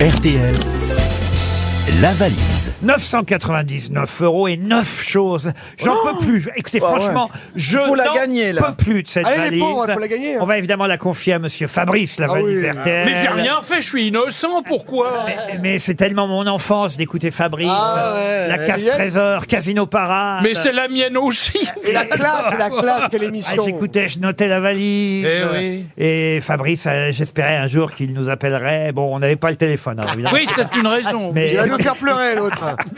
RTL, la valise. 999 euros et 9 choses. J'en peux plus. Écoutez, Ah ouais. franchement, je Faut la n'en gagner, là. peux plus de cette Allez, les valise. pauvres, faut la gagner, hein. On va évidemment la confier à Monsieur Fabrice, la valise Ah oui. RTL. Mais j'ai rien fait, je suis innocent, pourquoi Euh, Ah, Mais c'est tellement mon enfance d'écouter Fabrice, Ah ouais, la elle casse y est. trésor, Casino Parade. Mais c'est la mienne aussi Et la classe, la classe, quelle Ah, émission j'écoutais, je notais la valise. Eh oui. Et Fabrice, euh, j'espérais un jour qu'il nous appellerait. Bon, on n'avait pas le téléphone, hein, évidemment. Oui, c'est une raison. Mais- Il va nous faire pleurer, l'autre.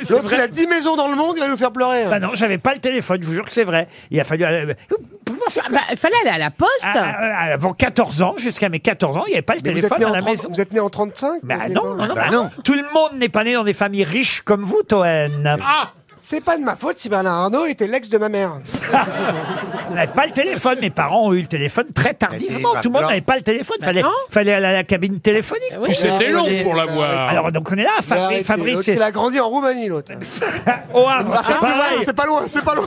L'autre, il a 10 maisons dans le monde, il va nous faire pleurer. Bah non, j'avais pas le téléphone, je vous jure que c'est vrai. Il a fallu. euh, Ah bah, il fallait aller à la poste. à- à- à- euh, avant 14 ans, jusqu'à mes 14 ans, il n'y avait pas le Mais vous, êtes téléphone né à en la 30 maison. vous êtes né en 35 Bah vous êtes non, né non, dans- non, bah non. Tout le monde n'est pas né dans des familles riches comme vous, Toen. Ah C'est pas de ma faute si Bernard Arnault était l'ex de ma mère. On n'avait pas le téléphone. Mes parents ont eu le téléphone très tardivement. Tout le monde n'avait pas le téléphone. Fallait, fallait aller à la cabine Ah, bah téléphonique. Puis Ah, c'était long pour l'avoir. Alors donc on est là, Il a Fabri- arrêté. Fabrice, L'autre, Il a grandi en Roumanie, l'autre. au Havre, c'est Ah, pareil. C'est pas loin, c'est pas loin.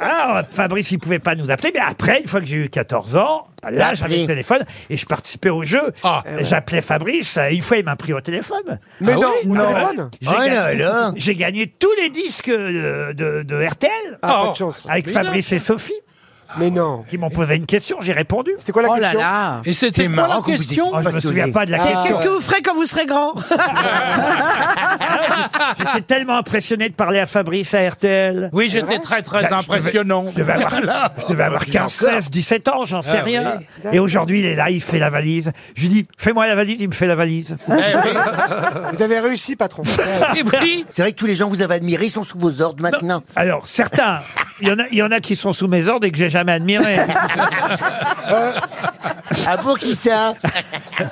Alors, Fabrice, il pouvait pas nous appeler, mais après, une fois que j'ai eu 14 ans, bah, là, j'avais le téléphone et je participais au jeu. Ah. Eh J'appelais Fabrice, euh, une fois, il m'a pris au téléphone. Mais Ah non, oui au téléphone. Oh J'ai gagné, j'ai gagné tous les disques euh, de, de RTL Ah, pas Oh. de chance. avec Fabrice et Sophie Mais non. qui m'ont posé une question, j'ai répondu. C'était quoi la Oh là question là. Et c'était quoi la question Oh, je me souviens pas de la Ah, question. Qu'est-ce que vous ferez quand vous serez grand J'étais tellement impressionné de parler à Fabrice à RTL. Oui, j'étais très très Bah, je devais- impressionnant. Je devais avoir, je devais Ah, avoir 15, 16, 17 ans, j'en sais Ah rien. oui. Et aujourd'hui, il est là, il fait la valise. Je lui dis, fais-moi la valise, il me fait la valise. Eh oui. Vous avez réussi, patron. Et puis, C'est vrai que tous les gens que vous avez admirés sont sous vos ordres maintenant. Alors, certains, il y, en a, il y en a qui sont sous mes ordres et que j'ai jamais admiré. Ah bon, qui ça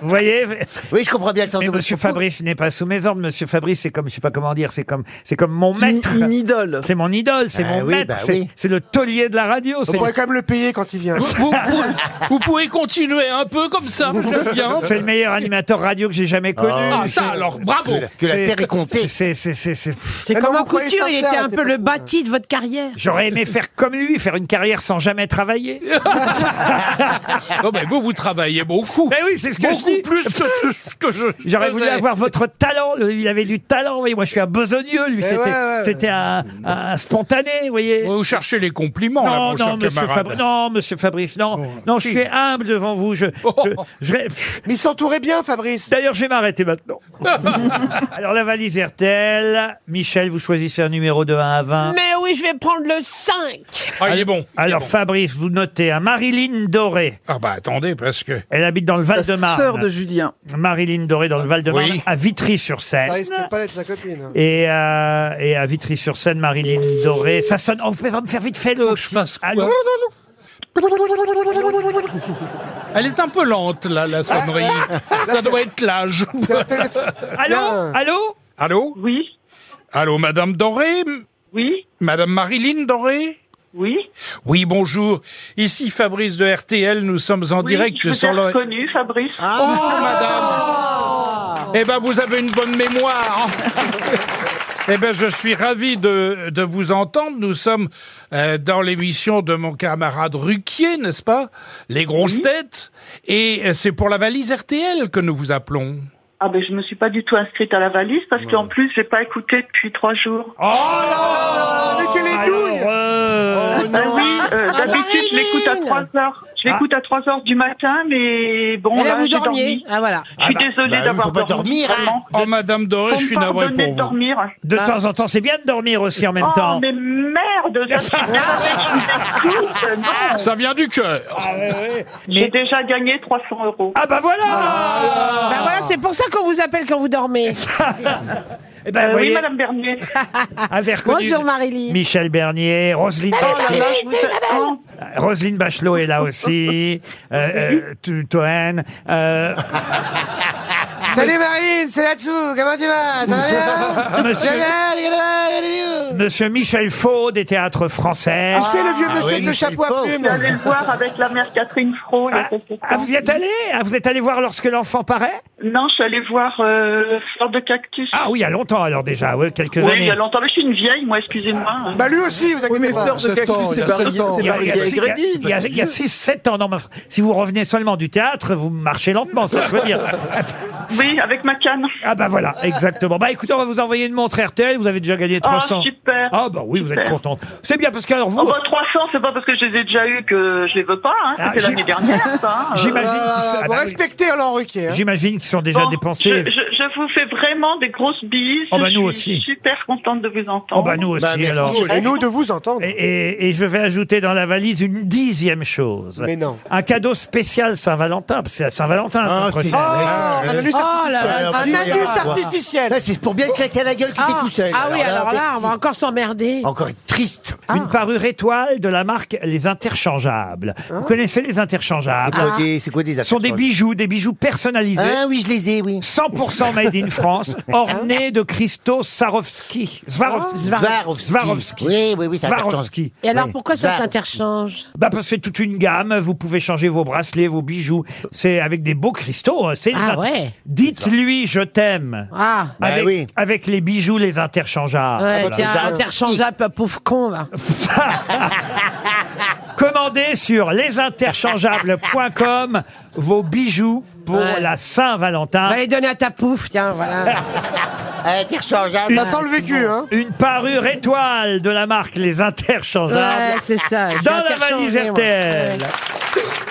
Vous voyez Oui, je comprends bien le sens Mais de monsieur Fabrice n'est pas sous mes ordres. Monsieur Fabrice, c'est comme, je sais pas comment dire, c'est comme, c'est comme mon maître. idole. C'est mon idole, c'est Ah mon oui, maître, bah c'est oui. c'est le taulier de la radio. On c'est- pourrait quand même le payer quand il vient. vous, vous- vous- vous pouvez continuer un peu comme ça, j'aime bien. C'est le meilleur animateur radio que j'ai jamais connu. Ah, ça alors, bravo Que la C'est- terre est comptée. C'est, c'est, c'est, c'est- pff. C'est Ah comme non, en vous croyez couture, il sincère, était un c'est peu pas le cool. bâti de votre carrière. J'aurais aimé faire comme lui, faire une carrière sans jamais travailler. Non, mais vous, vous travaillez beaucoup. Mais oui, c'est ce que je Beaucoup dis. plus que ce que je. Ah, J'aurais voulu faisais. avoir votre talent. Le- Il avait du talent. Oui, moi, je suis un besogneux. Eh Lui, c'était, ouais, ouais. c'était un, un spontané. Vous voyez. Vous cherchez les compliments, là, Non, Oh, mon non, cher monsieur camarade. Oh, Fabrice, non, monsieur Fabrice, non, non, je suis humble devant vous. Je, je- je- Mais il s'entourait bien, Fabrice. D'ailleurs, je vais m'arrêter maintenant. Alors, la valise RTL. Michel, vous choisissez un numéro de 1 à 20. Mais oui, je vais prendre le 5. Ah, il est bon. il est Alors, bon. Fabrice, vous notez à Marilyn Doré. Ah, bah attendez, parce que. Elle habite dans le Val-de-Marne. Julien. Marilyn Doré dans le Val-de-Marne, Oui. à Vitry-sur-Seine. Ça risque de pas d'être sa copine. Et, euh, et à Vitry-sur-Seine, Marilyn Doré. Ça sonne. Oh, vous pouvez pas me faire vite fait le. que je fasse quoi Allô Elle est un peu lente, là, la sonnerie. Ah, Ça doit être l'âge. C'est un téléphone. Allô Bien. Allô Oh Allô Oui. Allô, Madame Doré Oui, Madame Marilyn Doré oui. Oui, bonjour. Ici Fabrice de RTL, nous sommes en oui, je direct vous sur ai le... reconnu, Fabrice. Ah. Oh, madame Eh ben, vous avez une bonne mémoire Eh ben, je suis ravi de, de vous entendre. Nous sommes euh, dans l'émission de mon camarade Ruquier, n'est-ce pas Les grosses têtes. Et euh, c'est pour la valise RTL que nous vous appelons. Ah ben je me suis pas du tout inscrite à la valise parce qu'en plus j'ai pas écouté depuis trois jours. Oh là là Mais quelle Oh. est douille Ah, bah Ben oui, euh, d'habitude je l'écoute à trois heures. Je l'écoute à trois heures du matin, mais bon Et là, là, vous j'ai dormiez. dormi. Ah voilà. Je suis désolée bah oui, d'avoir faut pas dormi. dormir, hein. vraiment. Oh, Madame Doré, Faut je me suis navré pardonner pour vous. de dormir. De temps en temps, c'est bien de dormir aussi en même Bah. Oh temps. mais merde, ça c'est pas vrai que je vous écoute, non. Ça vient du cœur. J'ai déjà gagné 300 euros. Ah bah voilà Ah. Bah voilà, c'est pour ça qu'on vous appelle quand vous dormez. Eh ben, vous Euh, oui, voyez, Madame Bernier. avait reconnu Bonjour Marilyn. Michel Bernier, Roselyne Oh là Bachelot, là, je vous ai- Oh, Roselyne Bachelot est là aussi, euh, euh, Tu- Toen, euh, Salut Marine, c'est là-dessous. Comment tu vas Ça va bien monsieur, Ça va, les gars, les gars, les gars Monsieur Michel Faux des théâtres français. Tu sais, le vieux monsieur oui, avec le Michel chapeau à Faux. plumes. Je suis allée le voir avec la mère Catherine Fro. Ah, ah, vous y êtes allé Ah, Vous êtes allé voir lorsque l'enfant paraît Non, je suis allée voir euh, Fleur de Cactus. Ah oui, il y a longtemps alors déjà, oui, quelques oui, il années. y a longtemps. Mais je suis une vieille, moi, Ah, excusez-moi. Ah, Bah lui aussi, vous inquiétez pas. de cactus, c'est varié, c'est Il y a- il y a- il y a- il y a- il y a 6-7 ans. Non, mais enfin, si vous revenez seulement du théâtre, vous marchez lentement, ça je veux dire. bah, Oui, avec ma canne. Ah bah voilà, exactement. Bah écoutez, on va vous envoyer une montre RTL, vous avez déjà gagné Ah, 300. super. Ah bah oui, vous êtes Super. contente. C'est bien parce que alors vous, Oh, bah, 300, c'est pas parce que je les ai déjà eu que je les veux pas. Hein. Ah, C'était j'ai- l'année dernière, ça. hein. Euh, j'imagine qu'ils- Ah, ah bon, bah oui. respectez Alain Ruquier. hein. J'imagine qu'ils sont déjà bon, dépensés. Je, je- je vous fais vraiment des grosses bises. Oh, bah, nous je suis aussi. super contente de vous entendre. Oh bah nous aussi alors. Et nous de vous entendre. Et, et- et je vais ajouter dans la valise une dixième chose. Mais non. Un cadeau spécial Saint-Valentin, parce que c'est à Saint-Valentin la semaine prochaine. Ah, un anus artificiel. là, Un là, anus là. artificiel. Là, Ah, c'est pour bien te claquer à la gueule que t'es tout seul. Ah oui, alors là, on merci. va encore Ah. s'emmerder. Encore être triste. Une parure étoile de la marque Les Interchangeables. Ah. Vous connaissez les Interchangeables Attendez, C'est quoi des Ce sont des affaires bijoux, des bijoux personnalisés. Ah oui, je les ai, oui. 100% made in France, ornés de cristaux Swarovski. Swarovski. Ah. Swarovski. Swarovski. Oui, oui, oui, ça Swarovski. Et alors, Oui. pourquoi ça Bah. s'interchange Bah parce que c'est toute une gamme, vous pouvez changer vos bracelets, vos bijoux, c'est avec des beaux cristaux, hein, c'est les Ah inter- ouais. Dites-lui je t'aime. Ah, Bah avec, oui. avec les bijoux les interchangeables. ouais, voilà. tiens, Swarovski. interchangeable, pas pauvre con, là. Commandez sur lesinterchangeables.com vos bijoux pour Ouais. la Saint-Valentin. Va les donner à ta pouf, tiens, voilà. Ah, t'es rechangeable. Ça sent le vécu, hein. Une parure étoile de la marque Les Interchangeables Ouais, c'est ça. je vais dans la valise interchanger, moi. RTL.